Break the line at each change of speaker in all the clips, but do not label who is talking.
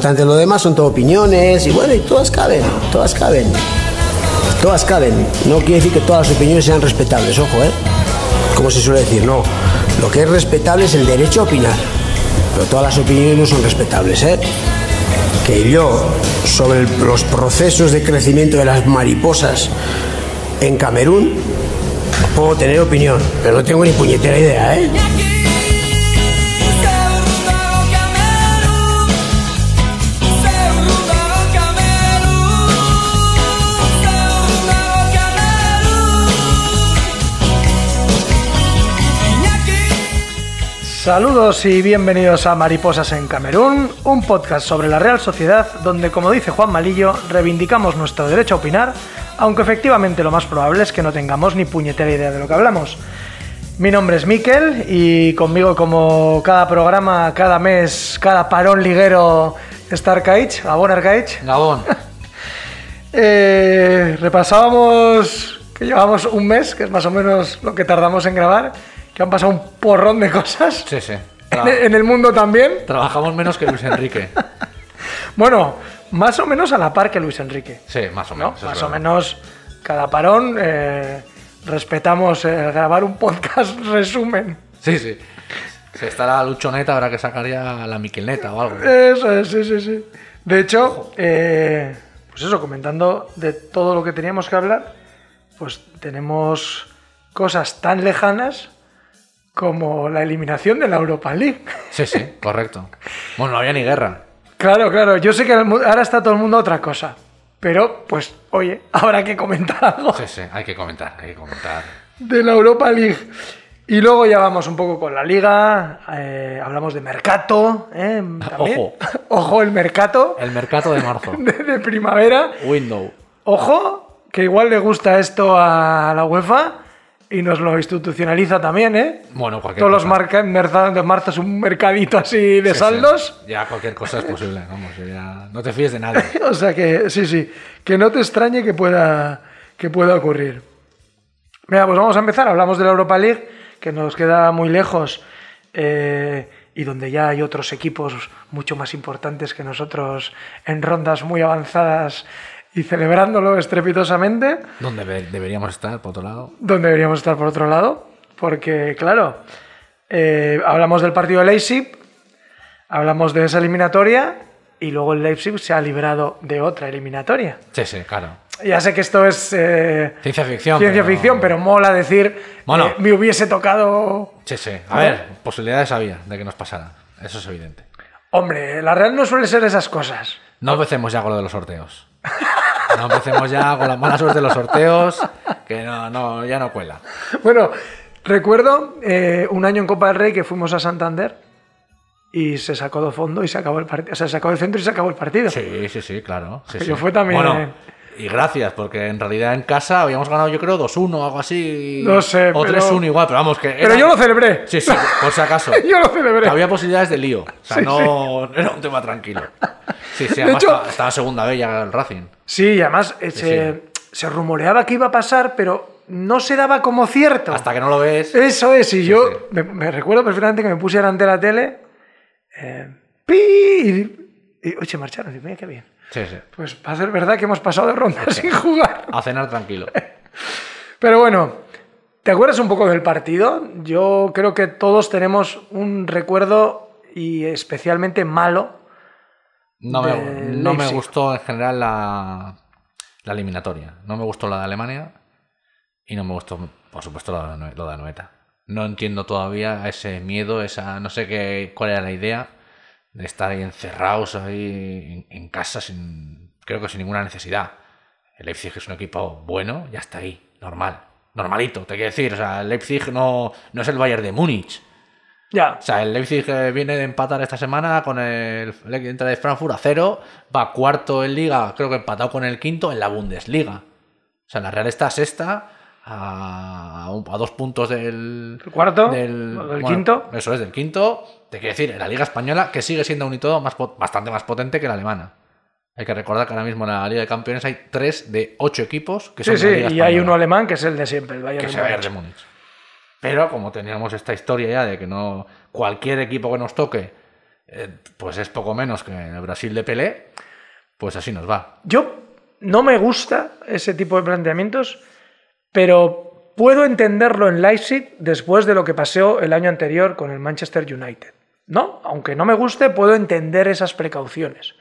Ante lo demás son todo opiniones y bueno, y todas caben, todas caben. Todas caben. No quiere decir que todas las opiniones sean respetables, ojo, ¿eh? Como se suele decir, no. Lo que es respetable es el derecho a opinar. Pero todas las opiniones no son respetables, ¿eh? Que yo, sobre el- los procesos de crecimiento de las mariposas en Camerún, puedo tener opinión, pero no tengo ni puñetera idea, ¿eh?
Saludos y bienvenidos a Mariposas en Camerún, un podcast sobre la Real Sociedad donde, como dice Juan Malillo, reivindicamos nuestro derecho a opinar, aunque efectivamente lo más probable es que no tengamos ni puñetera idea de lo que hablamos. Mi nombre es Miquel y conmigo como cada programa, cada mes, cada parón liguero está Arcaich, Gabón Arcaich.
Gabón.
Eh, repasábamos que llevamos un mes, que es más o menos lo que tardamos en grabar, que han pasado un porrón de cosas.
Sí, sí.
En
Tra-
el- en el mundo también.
Trabajamos menos que Luis Enrique.
Bueno, más o menos a la par que Luis Enrique.
Sí, más o
¿no?
menos. es
Más
verdad.
o menos cada parón eh, respetamos el grabar un podcast resumen.
Sí, sí. Si está la luchoneta, habrá que sacar ya la miquelneta o algo.
Eso es, sí, sí, sí. De hecho, eh, pues eso, comentando de todo lo que teníamos que hablar, pues tenemos cosas tan lejanas como la eliminación de la Europa League.
Sí, sí, correcto. Bueno, no había ni guerra.
Claro, claro. Yo sé que el mu- ahora está todo el mundo a otra cosa. Pero, pues, oye, habrá que comentar algo
Sí, sí, hay que comentar, hay que comentar.
de la Europa League. Y luego ya vamos un poco con la liga, eh, hablamos de mercato. ¿eh? También.
Ojo.
Ojo el mercato
El mercado de marzo.
de, de primavera.
Window.
Ojo, que igual le gusta esto a la UEFA y nos lo institucionaliza también, ¿eh?
Bueno, cualquier
Todos los
cosa.
marca- mercados de marzo es un mercadito así de
Sí, sí.
saldos.
Ya cualquier cosa es posible, vamos. ya No te fíes de nadie.
O sea que, sí, sí, que no te extrañe que pueda, que pueda ocurrir. Mira, pues vamos a empezar. Hablamos de la Europa League, que nos queda muy lejos eh, y donde ya hay otros equipos mucho más importantes que nosotros en rondas muy avanzadas y celebrándolo estrepitosamente,
¿Dónde ve- deberíamos estar, por otro lado?
donde deberíamos estar por otro lado, porque, claro, eh, hablamos del partido de Leipzig, hablamos de esa eliminatoria y luego el Leipzig se ha librado de otra eliminatoria.
Sí, sí, claro.
Ya sé que esto es eh,
Ciencia ficción.
ciencia ficción, pero mola decir
Bueno.
eh, me hubiese tocado.
Sí, sí. A
A ver.
ver, posibilidades había de que nos pasara. Eso es evidente.
Hombre, la Real no suele ser esas cosas.
No empecemos ya con lo de los sorteos. No empecemos ya con la mala suerte de los sorteos, que no, no, ya no cuela.
Bueno, recuerdo eh, un año en Copa del Rey que fuimos a Santander y se sacó de fondo y se acabó el partido. O sea, se sacó el centro y se acabó el partido.
Sí, sí, sí, claro. Sí,
Yo
sí.
fui también, eh.
Bueno, y gracias, porque en realidad en casa habíamos ganado, yo creo, 2-1 o algo así.
No sé,
O
pero-
3-1 igual, pero vamos, que.
Pero
era-
yo lo celebré.
Sí, sí, por si acaso.
Yo lo celebré.
Que Había posibilidades de lío. O sea,
Sí,
no, no era un tema tranquilo. Sí, sí,
De
además
hecho-
estaba- estaba segunda vez ya el Racing.
Sí, y además eh,
Sí,
se, se rumoreaba que iba a pasar, pero no se daba como cierto.
Hasta que no lo ves.
Eso es, y yo
sí.
me- me recuerdo perfectamente que me puse delante de la tele. eh, ¡Pi! Y, y, oye, se marcharon. Y mira qué bien.
Sí, sí.
Pues va a ser verdad que hemos pasado de ronda sin jugar.
A cenar tranquilo.
Pero bueno, ¿te acuerdas un poco del partido? Yo creo que todos tenemos un recuerdo y especialmente malo.
No, me,
de
no me
Leipzig.
gustó en general la, la eliminatoria. No me gustó la de Alemania y no me gustó, por supuesto, lo de, Anue- lo de Anoeta. No entiendo todavía ese miedo, esa no sé qué, cuál era la idea de estar ahí encerrados ahí en, en casa sin, creo que sin ninguna necesidad. El Leipzig es un equipo bueno y hasta ahí, normal, normalito, te quiero decir. O sea, el Leipzig no, no es el Bayern de Múnich.
Ya.
O sea, el Leipzig eh, viene de empatar esta semana con el, el entra de Frankfurt a cero, va cuarto en Liga, creo que empatado con el quinto en la Bundesliga. O sea, la Real está sexta a, a un- a dos puntos del
¿El cuarto?
del,
¿O del
bueno,
quinto?
Eso es del quinto. Te quiero decir, en la Liga española que sigue siendo un y todo más, po- bastante más potente que la alemana. Hay que recordar que ahora mismo en la Liga de Campeones hay tres de ocho equipos que son
Sí, sí,
de la Liga
y hay
española
uno alemán que es el de siempre, el Bayern.
que
de
se vaya
Múnich.
de Múnich. Pero como teníamos esta historia ya de que no cualquier equipo que nos toque eh, pues es poco menos que el Brasil de Pelé, pues así nos va.
Yo no me gusta ese tipo de planteamientos, pero puedo entenderlo en Leipzig después de lo que pasó el año anterior con el Manchester United. ¿No? Aunque no me guste, puedo entender esas precauciones.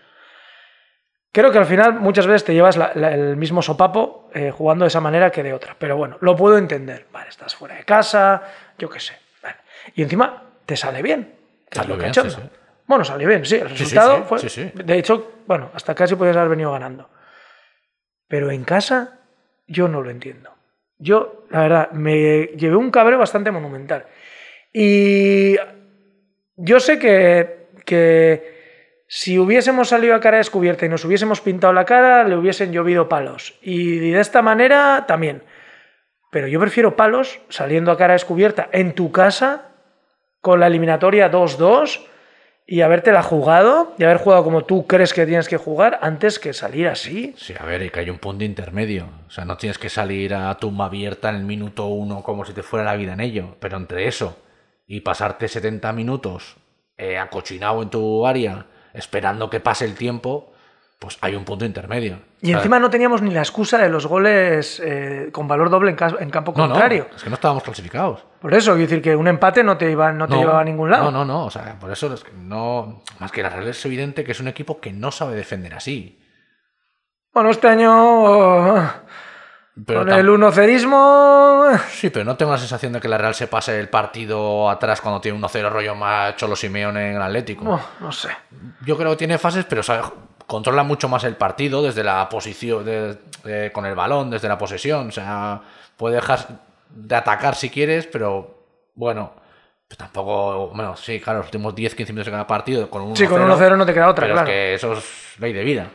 Creo que al final muchas veces te llevas la- la- el mismo sopapo eh, jugando de esa manera que de otra. Pero bueno, lo puedo entender. Vale, estás fuera de casa, yo qué sé. Vale. Y encima te sale bien. que es
Salió
lo
bien,
cachondo.
sí, sí.
Bueno, salió bien, sí. El
Sí, sí,
resultado
sí,
fue.
sí, sí.
De hecho, bueno, hasta casi podías haber venido ganando. Pero en casa, yo no lo entiendo. Yo, la verdad, me llevé un cabreo bastante monumental. Y yo sé que, que si hubiésemos salido a cara descubierta y nos hubiésemos pintado la cara, le hubiesen llovido palos. Y de esta manera también. Pero yo prefiero palos saliendo a cara descubierta en tu casa con la eliminatoria 2-2 y habértela jugado y haber jugado como tú crees que tienes que jugar antes que salir así.
Sí, a ver, y que hay un punto intermedio. O sea, no tienes que salir a tumba abierta en el minuto uno como si te fuera la vida en ello. Pero entre eso y pasarte 70 minutos eh, acochinado en tu área esperando que pase el tiempo, pues hay un punto intermedio.
Y
O sea,
encima no teníamos ni la excusa de los goles eh, con valor doble en, cas- en campo
no, no,
contrario.
es que no estábamos clasificados.
Por eso, quiero decir que un empate no te, iba, no te llevaba a ningún lado.
No, no, no. O sea, por eso es que no. Más que la realidad es evidente que es un equipo que no sabe defender así.
Bueno, este año eh,
Pero
con
tam-
el unocerismo... eh,
Sí, pero no tengo la sensación de que la Real se pase el partido atrás cuando tiene 1-0 rollo más Cholo Simeone en el Atlético.
No, oh, no sé.
Yo creo que tiene fases, pero sabe- controla mucho más el partido desde la posición, de- de- con el balón, desde la posesión. O sea, puede dejar de atacar si quieres, pero bueno, pues tampoco. Bueno, sí, claro, los últimos 10-15 minutos de cada partido con un
Sí, con 1-0 no te queda otra,
pero
claro.
es que eso es ley de vida.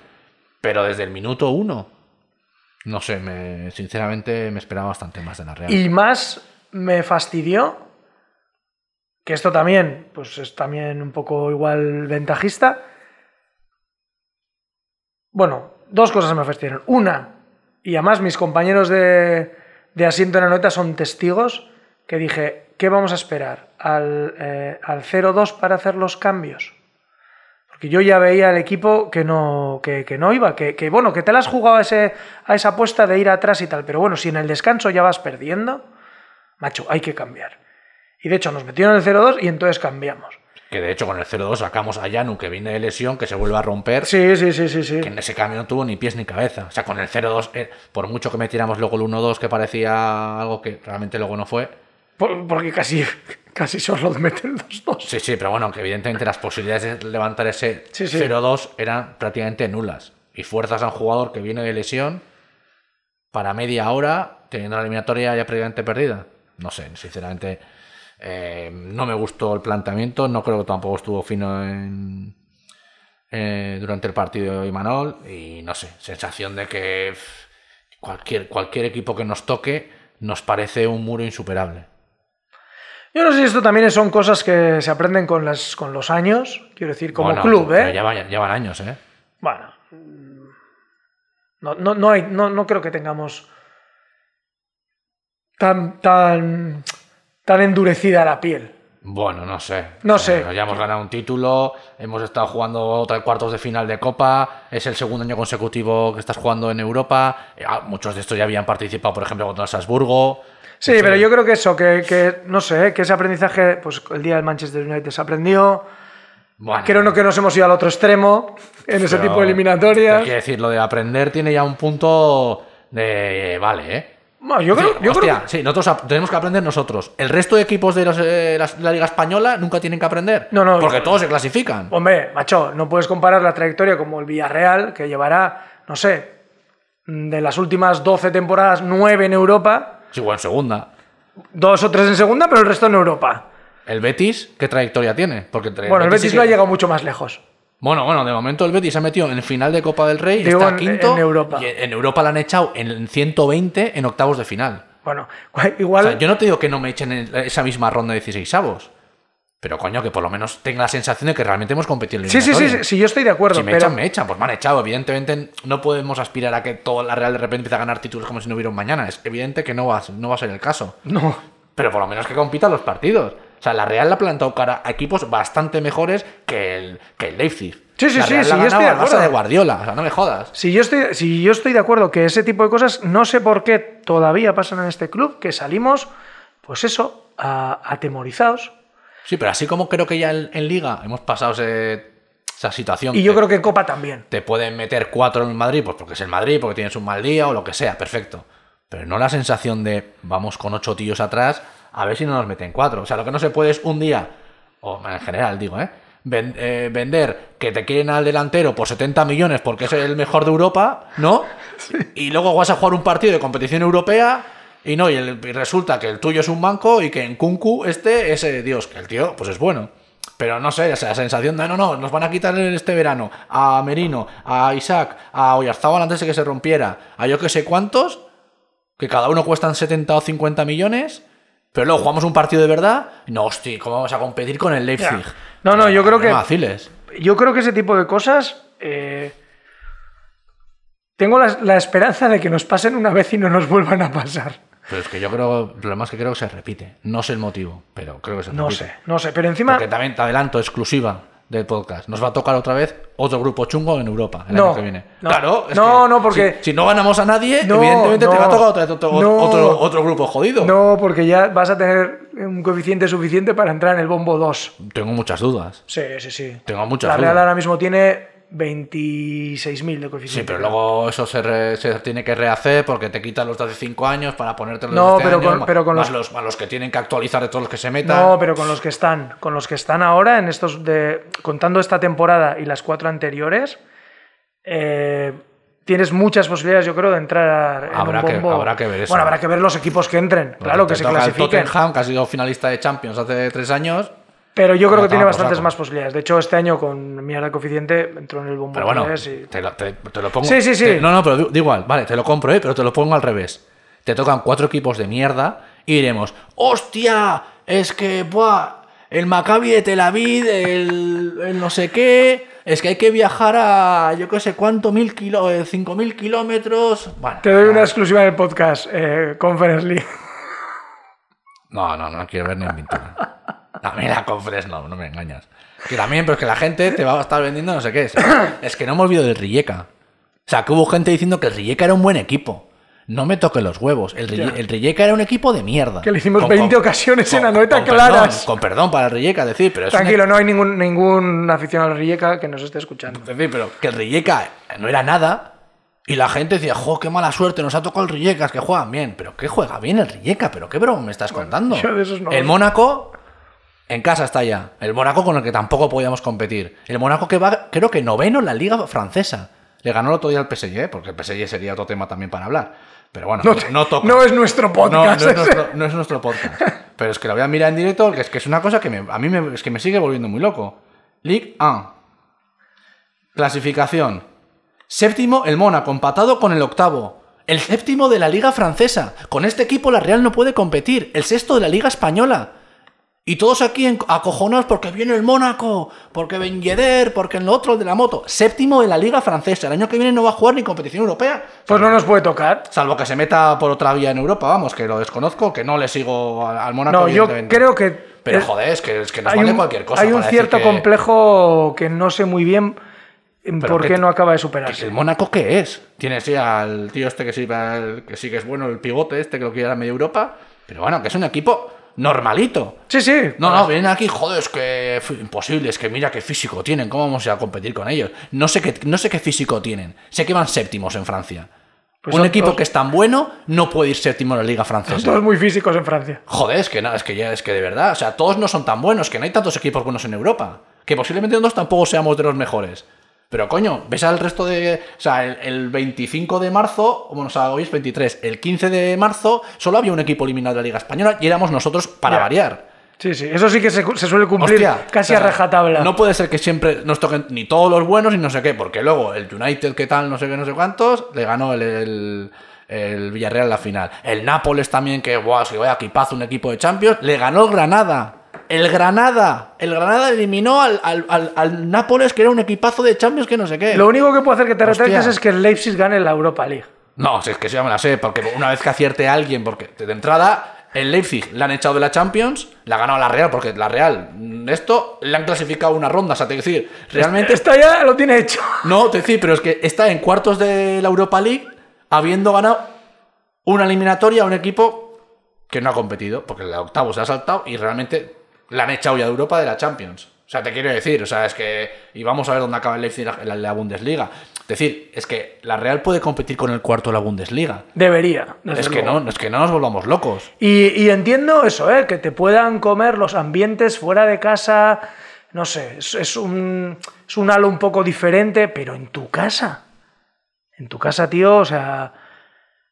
Pero desde el minuto 1, no sé, me, sinceramente me esperaba bastante más de la Real.
Y más me fastidió, que esto también, pues es también un poco igual ventajista. Bueno, dos cosas me fastidiaron. Una, y además mis compañeros de, de asiento en la nota son testigos, que dije, ¿qué vamos a esperar? ¿Al, eh, al 0-2 para hacer los cambios? Porque yo ya veía al equipo que no, que, que no iba, que, que, bueno, que te la has jugado a, ese, a esa apuesta de ir atrás y tal, pero bueno, si en el descanso ya vas perdiendo, macho, hay que cambiar. Y de hecho nos metieron el 0-2 y entonces cambiamos.
Que de hecho con el 0-2 sacamos a Yanu, que viene de lesión, que se vuelve a romper.
Sí, sí, sí, sí, sí.
Que en ese cambio no tuvo ni pies ni cabeza. O sea, con el 0-2, eh, por mucho que metiéramos luego el 1-2, que parecía algo que realmente luego no fue.
Por- porque casi, casi solo meten los dos.
Sí, sí, pero bueno, que evidentemente las posibilidades de levantar ese
Sí, sí.
0-2 eran prácticamente nulas. Y fuerzas a un jugador que viene de lesión para media hora, teniendo la eliminatoria ya prácticamente perdida. No sé, sinceramente, eh, no me gustó el planteamiento. No creo que tampoco estuvo fino en, eh, durante el partido de Imanol y no sé, sensación de que pff, cualquier, cualquier equipo que nos toque nos parece un muro insuperable.
Yo no sé si esto también son cosas que se aprenden con, las, con los años, quiero decir, como
Bueno,
club,
pero
¿eh?
ya va- ya van años, ¿eh?
Bueno. mm, No, no, no, hay, no, no creo que tengamos tan, tan, tan endurecida la piel.
Bueno, no sé.
No
O sea,
sé.
Ya hemos ganado un título, hemos estado jugando otra cuartos de final de Copa, es el segundo año consecutivo que estás jugando en Europa. Eh, ah, Muchos de estos ya habían participado, por ejemplo, contra el Salzburgo.
Sí, pero yo creo que eso, que, que, no sé, ¿eh? que ese aprendizaje, pues el día del Manchester United se aprendió.
Bueno,
Creo no que nos hemos ido al otro extremo en ese
pero-
tipo de
pero
eliminatorias.
Quiero decir, lo de aprender tiene ya un punto de. Vale, ¿eh?
Bueno, yo creo,
Sí,
yo creo
hostia,
que-
sí, nosotros ap- tenemos que aprender nosotros. El resto de equipos de los, eh, las- la Liga Española nunca tienen que aprender.
No, no,
porque
yo-
todos se clasifican.
Hombre, macho, no puedes comparar la trayectoria como el Villarreal, que llevará, no sé, de las últimas 12 temporadas, 9 en Europa,
Sí, bueno, en segunda.
dos o tres en segunda, pero el resto en Europa.
¿El Betis qué trayectoria tiene? Porque entre
Bueno, el
sí
Betis
que-
no ha llegado mucho más lejos.
Bueno, bueno, de momento el Betis se ha metido en el final de Copa del Rey,
Digo,
está
en-
quinto.
eh, en Europa.
y en Europa la han echado en 120 en octavos de final.
Bueno,
O
igual.
sea, yo no te digo que no me echen en esa misma ronda de 16 avos. Pero coño, que por lo menos tenga la sensación de que realmente hemos competido en el
sí, sí, sí, sí, sí, yo estoy de acuerdo.
Si me
pero...
echan, me echan. Pues me han echado. Evidentemente no podemos aspirar a que toda la Real de repente empiece a ganar títulos como si no hubiera un mañana. Es evidente que no va, a- no va a ser el caso.
No.
Pero por lo menos que compitan los partidos. O sea, la Real le ha plantado cara a equipos bastante mejores que el, que el Leipzig.
Sí, sí,
La
sí,
Real
sí,
le ha
yo
ganado
estoy de
al Barça
acuerdo.
de Guardiola, o sea, no me jodas.
Si yo, estoy, si yo estoy de acuerdo que ese tipo de cosas, no sé por qué todavía pasan en este club, que salimos, pues eso, a- atemorizados.
Sí, pero así como creo que ya en, en Liga hemos pasado ese- esa situación.
Y yo
que
creo que en Copa también.
te pueden meter cuatro en Madrid, pues porque es el Madrid, porque tienes un mal día o lo que sea, perfecto. Pero no la sensación de vamos con ocho tíos atrás a ver si no nos meten cuatro. O sea, lo que no se puede es un día, o en general digo, ¿eh? Ven- eh, vender que te quieren al delantero por 70 millones porque es el mejor de Europa, ¿no? Y luego vas a jugar un partido de competición europea y no, y, el- y resulta que el tuyo es un banco y que en Kunku este es eh, Dios, que el tío pues es bueno. Pero no sé, o sea, la sensación de "Ah, no, no, nos van a quitar en este verano a Merino, a Isaac, a Oyarzábal antes de que se rompiera, a yo que sé cuántos, que cada uno cuestan 70 o 50 millones, pero luego jugamos un partido de verdad. No, hostia, ¿cómo vamos a competir con el Leipzig? Eh,
Ya. No, no, yo creo que-
Vaciles.
Yo creo que ese tipo de cosas. eh, tengo la, la esperanza de que nos pasen una vez y no nos vuelvan a pasar.
Pero es que yo creo, el problema es que creo que se repite. No sé el motivo, pero creo que se repite.
No sé, no sé. Pero encima.
Porque también te adelanto, exclusiva del podcast. Nos va a tocar otra vez otro grupo chungo en Europa el
No,
año que viene.
no.
claro, es
No,
que
no, porque-
Si, si no ganamos a nadie,
No,
evidentemente te
no,
va a tocar otra vez otro,
no.
otro, otro grupo jodido.
No, porque ya vas a tener un coeficiente suficiente para entrar en el bombo 2.
Tengo muchas dudas.
Sí, sí, sí.
Tengo muchas
La Real
dudas.
ahora mismo tiene 26.000 de
Sí,
coeficiente.
pero luego eso se, re- se tiene que rehacer porque te quitan los de hace 5 años para ponerte los
No,
de este
pero
año,
con-
ma-
pero con
más
los-
los... más los que tienen que actualizar de todos los que se metan.
No, pero con los que están, con los que están ahora, en estos de, contando esta temporada y las cuatro anteriores, eh, tienes muchas posibilidades, yo creo, de entrar en
Habrá
un
que-
bombo.
habrá que ver eso.
Bueno, habrá que ver los equipos que entren,
Porque
claro,
te
que se
toca el
clasifiquen.
Tottenham, que ha sido finalista de Champions hace 3 años.
Pero yo creo
No,
que tiene
tampoco,
bastantes
saco.
más posibilidades. De hecho, este año con mierda de coeficiente entró en el bombo.
Pero bueno,
tres y-
te, lo, te- te lo pongo.
Sí, sí, sí.
Te- no, no, pero da igual, vale, te lo compro, ¿eh? pero te lo pongo al revés. Te tocan cuatro equipos de mierda y diremos, ¡hostia! Es que, buah, el Maccabi de Tel Aviv, el, el no sé qué, es que hay que viajar a yo qué sé cuánto, mil kilo, eh, cinco mil kilómetros. Bueno,
Te doy
ya.
una exclusiva en el podcast, eh, Conference League.
No, no, no quiero ver ni en pintura. A mí la conference no, no me engañas. Que también, pero es que la gente te va a estar vendiendo no sé qué. Es que no me olvido del Rijeka. O sea, que hubo gente diciendo que el Rijeka era un buen equipo. No me toque los huevos. El, Rille- el Rijeka era un equipo de mierda.
Que le hicimos 20 ocasiones en Anoeta
perdón,
claras.
con perdón para el Rijeka, decir, pero es un
Tranquilo, no hay ningún, ningún aficionado al Rijeka que nos esté escuchando.
en fin, pero que el Rijeka no era nada. Y la gente decía, jo, qué mala suerte, nos ha tocado el Rijeka, es que juegan bien. Pero ¿qué juega bien el Rijeka? ¿Pero qué broma me estás contando?
yo de esos no
el
sé.
Mónaco, en casa está ya. El Mónaco con el que tampoco podíamos competir. El Mónaco que va, creo que noveno en la liga francesa. Le ganó el otro día al PSG, ¿eh? porque el PSG sería otro tema también para hablar. Pero bueno,
No,
no,
te-
toca.
no es nuestro podcast.
No, no es nuestro, no es nuestro podcast. Pero es que lo voy a mirar en directo, que es que es una cosa que me- a mí me, es que me sigue volviendo muy loco. Ligue 1. Clasificación. Séptimo, el Mónaco, empatado con el octavo. El séptimo de la Liga Francesa. Con este equipo la Real no puede competir. El sexto de la Liga Española. Y todos aquí en- acojonados porque viene el Mónaco, porque Ben Yedder, porque el otro el de la moto. Séptimo de la Liga Francesa. El año que viene no va a jugar ni competición europea.
Pues no nos puede tocar.
Salvo que se meta por otra vía en Europa, vamos, que lo desconozco, que no le sigo al, al Mónaco.
No, yo
evidentemente.
creo que.
Pero
eh,
joder, es que, es que nos vale
un,
cualquier cosa.
hay un
para decir
cierto
que-
complejo que no sé muy bien en
Pero
por
que
qué
te-
no acaba de
que ¿El
superarse.
Mónaco qué es? Tienes ya al tío este que sí, al- que sí que es bueno, el pivote este que lo quiere a media Europa. Pero bueno, que es un equipo normalito.
Sí, sí.
No, no, vienen aquí, joder, es que f- imposible, es que mira qué físico tienen, ¿cómo vamos a ir a competir con ellos? No sé qué, no sé qué físico tienen, sé que van séptimos en Francia.
Pues
un
son
equipo
todos-
que es tan bueno no puede ir séptimo en la Liga Francesa.
Son todos muy físicos en Francia.
Joder, es que nada, es que ya es que de verdad, o sea, todos no son tan buenos, que no hay tantos equipos buenos en Europa, que posiblemente nosotros tampoco seamos de los mejores. Pero coño, ves al resto de, o sea, el, el 25 de marzo, bueno, o sea, hoy es 23, el 15 de marzo solo había un equipo eliminado de la Liga española y éramos nosotros para
Ya.
variar.
Sí, sí. Eso sí que se, se suele cumplir
Hostia,
casi
o
a
sea,
rajatabla.
No puede ser que siempre nos toquen ni todos los buenos y no sé qué, porque luego el United, que tal, no sé qué, no sé cuántos, le ganó el, el, el Villarreal en la final. El Nápoles también, que guau, si vaya equipazo, un equipo de Champions, le ganó el Granada. El Granada, el Granada eliminó al, al, al- al Nápoles, que era un equipazo de Champions, que no sé qué.
Lo único que puede hacer que te
Hostia.
retraigas es que el Leipzig gane la Europa League.
No, si es que sí, ya me la sé, porque una vez que acierte a alguien, porque de entrada El Leipzig la han echado de la Champions, la ha ganado la Real, porque la Real, mm, esto, le han clasificado una ronda. O sea, te quiero decir, realmente
Esto ya lo tiene hecho.
No, te decir, pero es que está en cuartos de la Europa League habiendo ganado una eliminatoria a un equipo que no ha competido, porque el octavo se ha saltado y realmente la han echado ya de Europa de la Champions. O sea, te quiero decir, o sea, es que. Y vamos a ver dónde acaba el Leipzig en la, en la Bundesliga. Es decir, es que la Real puede competir con el cuarto de la Bundesliga.
Debería. desde
Es que,
luego.
no, es que no nos volvamos locos.
Y, y entiendo eso, ¿eh? que te puedan comer los ambientes fuera de casa, no sé, es, es un, es un halo un poco diferente, pero en tu casa. En tu casa, tío, o sea,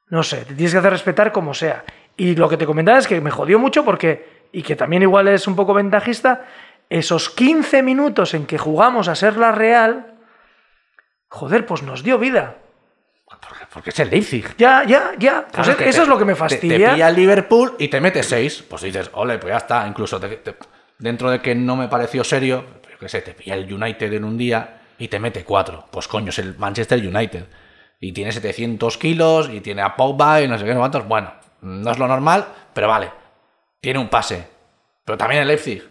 no sé, te tienes que hacer respetar como sea. Y lo que te comentaba es que me jodió mucho porque, y que también igual es un poco ventajista, esos 15 minutos en que jugamos a ser la Real, joder, pues nos dio vida.
Porque, porque es el Leipzig.
Ya, ya, ya. Pues
Claro,
es-
que
eso
te-
es lo que me
te-
fastidia.
Te, pilla el Liverpool y te mete 6. Pues dices, ole, pues ya está. Incluso te- te- dentro de que no me pareció serio, yo qué sé, te pilla el United en un día y te mete 4. Pues coño, es el Manchester United. Y tiene 700 kilos y tiene a Pogba y no sé qué, no sé cuántos. Bueno, no es lo normal, pero vale. Tiene un pase. Pero también el Leipzig.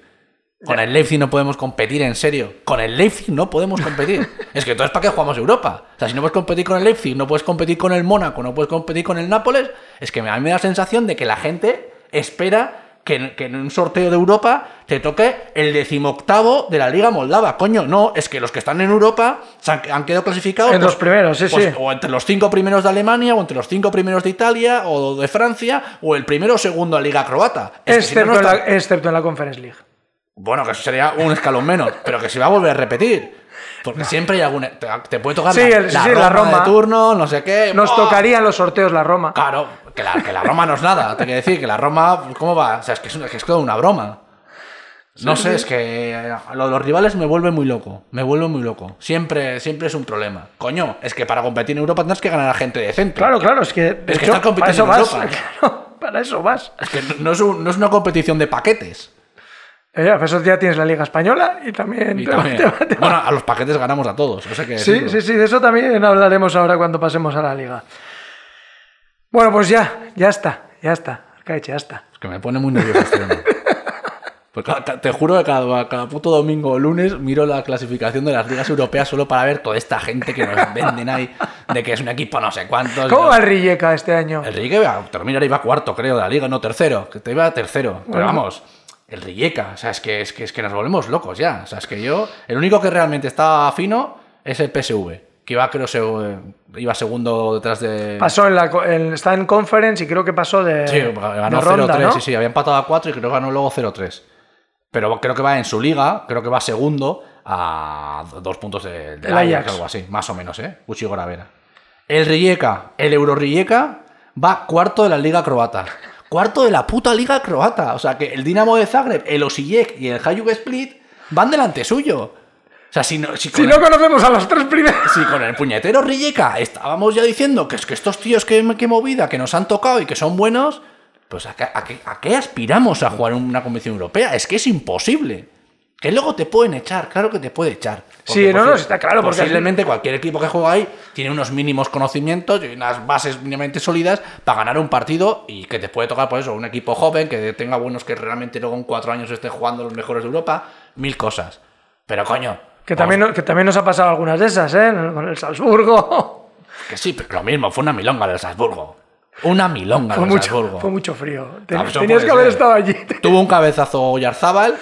Con el Leipzig no podemos competir, en serio. Con el Leipzig no podemos competir. es que entonces, ¿para qué jugamos Europa? O sea, si no puedes competir con el Leipzig, no puedes competir con el Mónaco, no puedes competir con el Nápoles, es que a mí me da la sensación de que la gente espera que, en- que en un sorteo de Europa te toque el decimoctavo de la Liga Moldava. Coño, no, es que los que están en Europa se han, han quedado clasificados.
En los primeros, sí,
pues,
sí.
O entre los cinco primeros de Alemania, o entre los cinco primeros de Italia, o de Francia, o el primero o segundo de la Liga Croata. Es que si no,
excepto,
no
en
está-
la, excepto en la Conference League.
bueno, que eso sería un escalón menos, pero que se va a volver a repetir. Porque siempre hay alguna. Te, te puede tocar
Sí,
la,
el- sí, la
Roma
Roma.
de turno, no sé qué.
Nos
¡buah!
tocarían los sorteos la Roma.
Claro, que la, que la Roma no es nada. Te quiero decir que la Roma, ¿cómo va? O sea, es que es, una- que es toda una broma. No sé, es que eh, lo de los rivales me vuelve muy loco. Me vuelve muy loco. Siempre, siempre es un problema. Coño, es que para competir en Europa tienes que ganar a gente decente.
Claro, claro, es que, de
Es que está
para eso
compitiendo en
vas.
Europa.
claro, para eso vas.
Es que no, no es un- no es una competición de paquetes.
Eh, para eso ya tienes la Liga Española y también.
Y
te-
también-
te- te-
bueno, a los paquetes ganamos a todos. o sea que
sí, sí, sí, de eso también hablaremos ahora cuando pasemos a la Liga. Bueno, pues ya, ya está, ya está. Arcaiche, ya está.
Es que me pone muy nervioso este tema. Porque ca- ca- te juro que cada, cada puto domingo o lunes miro la clasificación de las ligas europeas solo para ver toda esta gente que nos venden ahí de que es un equipo no sé cuántos.
¿Cómo
no-
va el Rijeka este año?
El Rijeka iba- termina ahora iba cuarto, creo, de la liga, no tercero. Que te iba tercero. Pero vamos, el Rijeka. O sea, es que, es, que, es que nos volvemos locos ya. O sea, es que yo. El único que realmente está fino es el PSV. Que iba, creo, seg- iba segundo detrás de.
Pasó en la. co- en- está en Conference y creo que pasó de.
Sí,
de
ganó
ronda,
0-3,
¿no?
sí, sí, había empatado a 4 y creo que ganó luego 0-3. Pero creo que va en su liga, creo que va segundo a do- dos puntos de- del
El
Ajax,
Ajax.
algo así, más o menos, ¿eh? Uchi Goravera. El Rijeka, el Euro Rijeka, va cuarto de la Liga Croata. Cuarto de la puta Liga Croata. O sea, que el Dinamo de Zagreb, el Osijek y el Hajduk Split van delante suyo. O sea, si no, si
Si
con
no conocemos a los tres primeros.
si con el puñetero Rijeka estábamos ya diciendo que es que estos tíos que, que movida, que nos han tocado y que son buenos, pues ¿a qué, a qué- a qué aspiramos a jugar en una convención europea? Es que es imposible. Que luego te pueden echar, claro que te puede echar.
Sí, no, no, está claro, porque-
Posiblemente cualquier equipo que juega ahí tiene unos mínimos conocimientos y unas bases mínimamente sólidas para ganar un partido y que te puede tocar, por eso, un equipo joven que tenga buenos que realmente luego en cuatro años esté jugando los mejores de Europa, mil cosas. Pero coño.
Que
vamos
también, no- que también nos ha pasado algunas de esas, ¿eh? Con el Salzburgo.
Que sí, pero lo mismo, fue una milonga del Salzburgo. Una milonga
Fue
del
mucho,
Salzburgo.
fue mucho frío. Ten-
Ah, eso
tenías
puede
que haber
ser.
estado allí.
Tuvo un cabezazo Oyarzábal,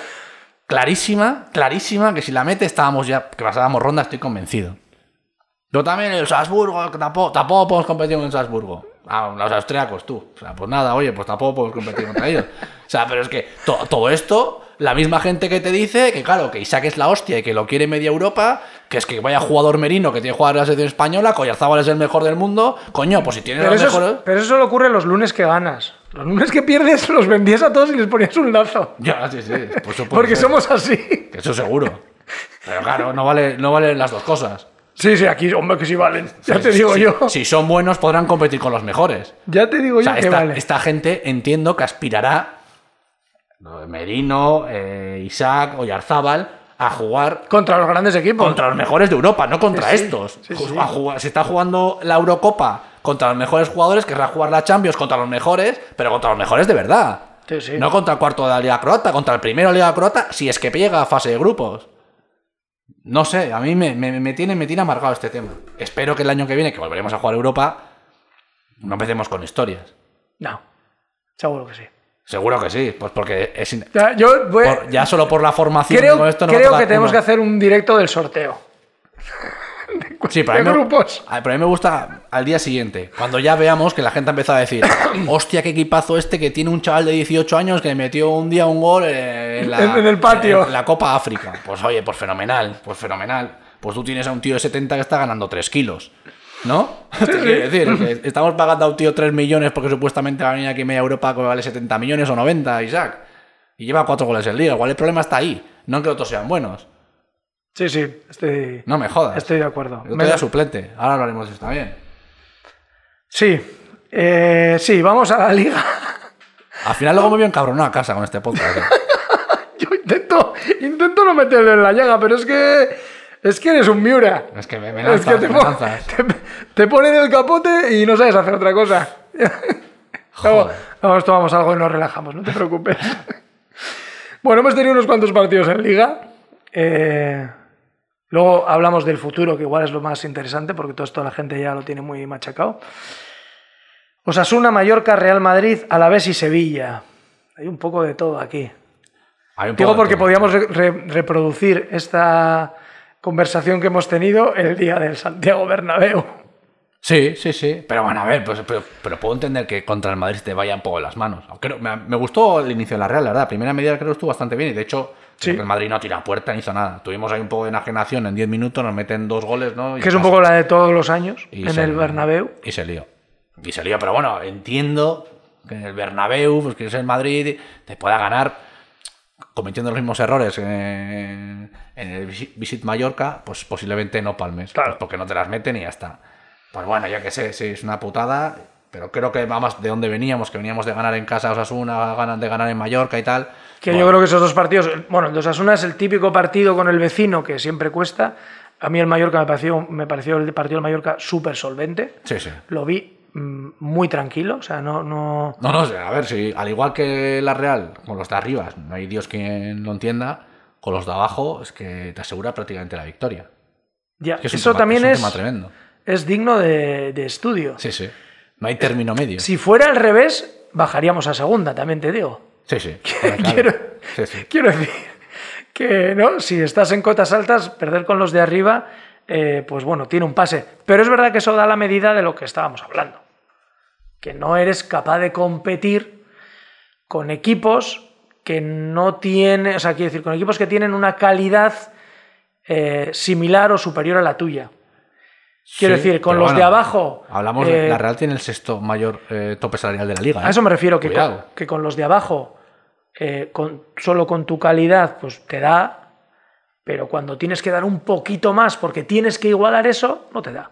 clarísima, clarísima, que si la mete estábamos ya, que pasábamos ronda, estoy convencido. Yo también, el Salzburgo, que tampoco, tampoco podemos competir con el Salzburgo. Ah, los austriacos, tú. O sea, pues nada, oye, pues tampoco podemos competir contra ellos. O sea, pero es que to- todo esto, la misma gente que te dice que, claro, que Isaac es la hostia y que lo quiere media Europa, que es que vaya jugador merino que tiene que jugar en la selección española, que Oyarzábal es el mejor del mundo. Coño, pues si tiene
Pero
los
eso, es-
mejores.
pero eso solo ocurre los lunes que ganas. Los lunes que pierdes los vendías a todos y les ponías un lazo.
Ya, sí, sí, por supuesto.
Porque somos así.
Que Eso seguro. Pero claro, no vale, no valen las dos cosas.
Sí, sí, aquí, hombre, que sí valen. Ya te
Si-
digo
si-
yo.
Si son buenos, podrán competir con los mejores.
Ya te digo
O sea,
yo que
esta,
vale.
esta gente entiendo que aspirará eh, Merino, eh, Isaac, Oyarzábal, a jugar
Contra los grandes equipos.
contra los mejores de Europa, no contra
Sí, sí.
estos.
Sí, sí.
A jugar- se está jugando la Eurocopa contra los mejores jugadores, querrá jugar la Champions contra los mejores, pero contra los mejores de verdad.
Sí, sí.
No contra el cuarto de la Liga Croata, contra el primero de la Liga Croata, si es que llega a fase de grupos. No sé, a mí me, me, me tiene, me tiene amargado este tema. Espero que el año que viene, que volveremos a jugar Europa, no empecemos con historias.
No, seguro que sí.
Seguro que sí, pues porque es... in-
Ya, yo voy-
por- ya solo por la formación
Pues, creo,
con esto no va a
creo
tocar
que tenemos
uno.
que hacer un directo del sorteo.
Sí, pero a, mí
de
me,
grupos.
a- Ah, pero a mí me gusta al día siguiente, cuando ya veamos que la gente ha empezado a decir, hostia, qué equipazo este que tiene un chaval de 18 años que metió un día un gol eh, en, la,
En- en el patio".
en la Copa África. Pues oye, pues fenomenal, pues fenomenal. Pues tú tienes a un tío de 70 que está ganando 3 kilos. ¿No? Te quiero decir, que estamos pagando a un tío 3 millones porque supuestamente va a venir aquí media Europa que vale 70 millones o 90, Isaac. Y lleva 4 goles en liga. Igual el problema está ahí. No en que otros sean buenos.
Sí, sí, estoy,
No me jodas.
estoy de acuerdo.
Yo
Me-
era suplente. Ahora hablaremos de esto también.
Sí, eh, sí, vamos a la liga.
Al final luego me vio encabronado a casa con este podcast. ¿eh?
Yo intento, intento no meterle en la llaga, pero es que es que eres un Miura.
Es que me, me
Es
lanzas,
que te,
me
pon-
lanzas.
te, te ponen el capote y no sabes hacer otra cosa. Luego,
Joder.
luego nos tomamos algo y nos relajamos, no te preocupes. bueno, hemos tenido unos cuantos partidos en liga. Eh, luego hablamos del futuro, que igual es lo más interesante, porque todo esto la gente ya lo tiene muy machacado. Osasuna, Mallorca, Real Madrid, Alavés y Sevilla. Hay un poco de todo aquí.
Hay un
Digo
poco de
porque
todo.
podíamos re- re- reproducir esta conversación que hemos tenido el día del Santiago Bernabéu.
Sí, sí, sí. Pero bueno, a ver, pues, pero, pero puedo entender que contra el Madrid te vaya un poco las manos. Aunque no- me, me gustó el inicio de la Real, la verdad. La primera media creo que estuvo bastante bien y de hecho
Sí.
creo que el Madrid no tiró a puerta ni hizo nada. Tuvimos ahí un poco de enajenación en 10 minutos, nos meten dos goles, ¿no? Y
Que es un
pasa.
poco la de todos los años
Y
en
se-
el Bernabéu.
Y se lió. Y se lió, pero bueno, entiendo que en el Bernabéu, pues que es el Madrid, te pueda ganar cometiendo los mismos errores en, en el Visi- Visit Mallorca, pues posiblemente no palmes,
Claro.
pues porque no te las meten y ya está. Pues bueno, ya que sé, sí, es una putada, pero creo que vamos de dónde veníamos, que veníamos de ganar en casa a Osasuna, ganan de ganar en Mallorca y tal.
Que
Bueno,
yo creo que esos dos partidos. Bueno, el de Osasuna es el típico partido con el vecino que siempre cuesta. A mí el Mallorca me pareció, me pareció el partido del Mallorca súper solvente.
Sí, sí.
Lo vi mm, muy tranquilo. O sea, no. no...
No, no, sé, a ver, si al igual que la Real, con los de arriba, no hay Dios quien lo entienda, con los de abajo es que te asegura prácticamente la victoria.
Ya,
Es que es un
eso
tema-
también
un
es,
tema tremendo.
es digno de, de estudio.
Sí, sí. No
Eh,
hay término medio.
Si fuera al revés, bajaríamos a segunda, también te digo.
sí. sí.
Quiero-
Sí, sí.
Quiero decir que no, si estás en cotas altas, perder con los de arriba, eh, pues bueno, tiene un pase. Pero es verdad que eso da la medida de lo que estábamos hablando. Que no eres capaz de competir con equipos que no tienen, o sea, quiero decir, con equipos que tienen una calidad eh, similar o superior a la tuya. Quiero
Sí,
decir, con
pero
los
bueno,
de abajo.
Hablamos de.
eh,
La Real tiene el sexto mayor eh, tope salarial de la liga. ¿eh?
A eso me refiero, que, con,
Cuidado.
que con los de abajo, eh, con, solo con tu calidad, pues te da, pero cuando tienes que dar un poquito más porque tienes que igualar eso, no te da.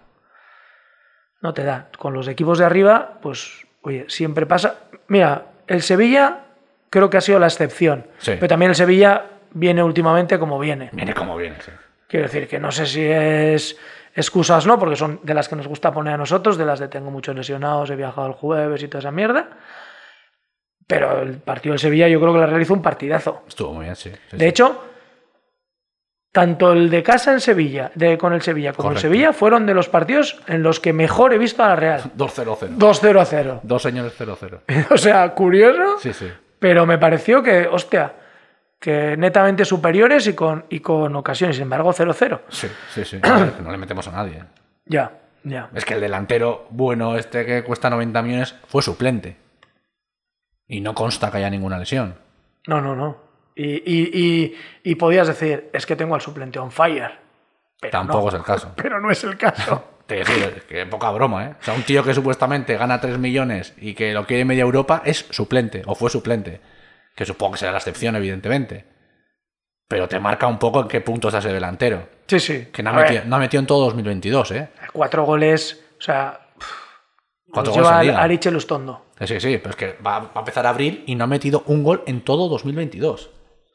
No te da. Con los equipos de arriba, pues, oye, siempre pasa. Mira, el Sevilla creo que ha sido la excepción,
Sí.
pero también el Sevilla viene últimamente como viene.
Viene como viene. sí.
Quiero decir que no sé si es excusas no, porque son de las que nos gusta poner a nosotros, de las de tengo muchos lesionados, he viajado el jueves y toda esa mierda. Pero el partido del Sevilla yo creo que la realizó un partidazo.
Estuvo muy bien, sí. sí, Pues sí.
De hecho, tanto el de casa en Sevilla, de, con el Sevilla como
Correcto.
el Sevilla fueron de los partidos en los que mejor he visto a la Real.
2-0-0.
2-0 a 0.
Dos señores 0-0.
o sea, curioso.
Sí, sí.
Pero me pareció que, hostia, que netamente superiores y con, y con ocasiones. Sin embargo, 0-0.
Sí, sí, sí. A ver, que no le metemos a nadie.
Ya, ya.
Es que el delantero bueno, este que cuesta 90 millones, fue suplente. Y no consta que haya ninguna lesión.
No, no, no. Y, y, y, y podías decir, es que tengo al suplente on fire. Pero
Tampoco
no,
es el caso.
Pero no es el caso.
Te decir, es que poca broma, ¿eh? O sea, un tío que supuestamente gana 3 millones y que lo quiere media Europa es suplente, o fue suplente. Que supongo que será la excepción, evidentemente. Pero te marca un poco en qué punto está ese delantero.
Sí, sí.
Que no ha,
A ver,
metido, no ha metido en todo 2022, ¿eh?
Cuatro goles, o sea,
Cuatro
nos
goles
lleva
en liga.
a Ariche Lustondo.
Eh, Sí, sí, pero es que va, va a empezar a abrir y no ha metido un gol en todo 2022.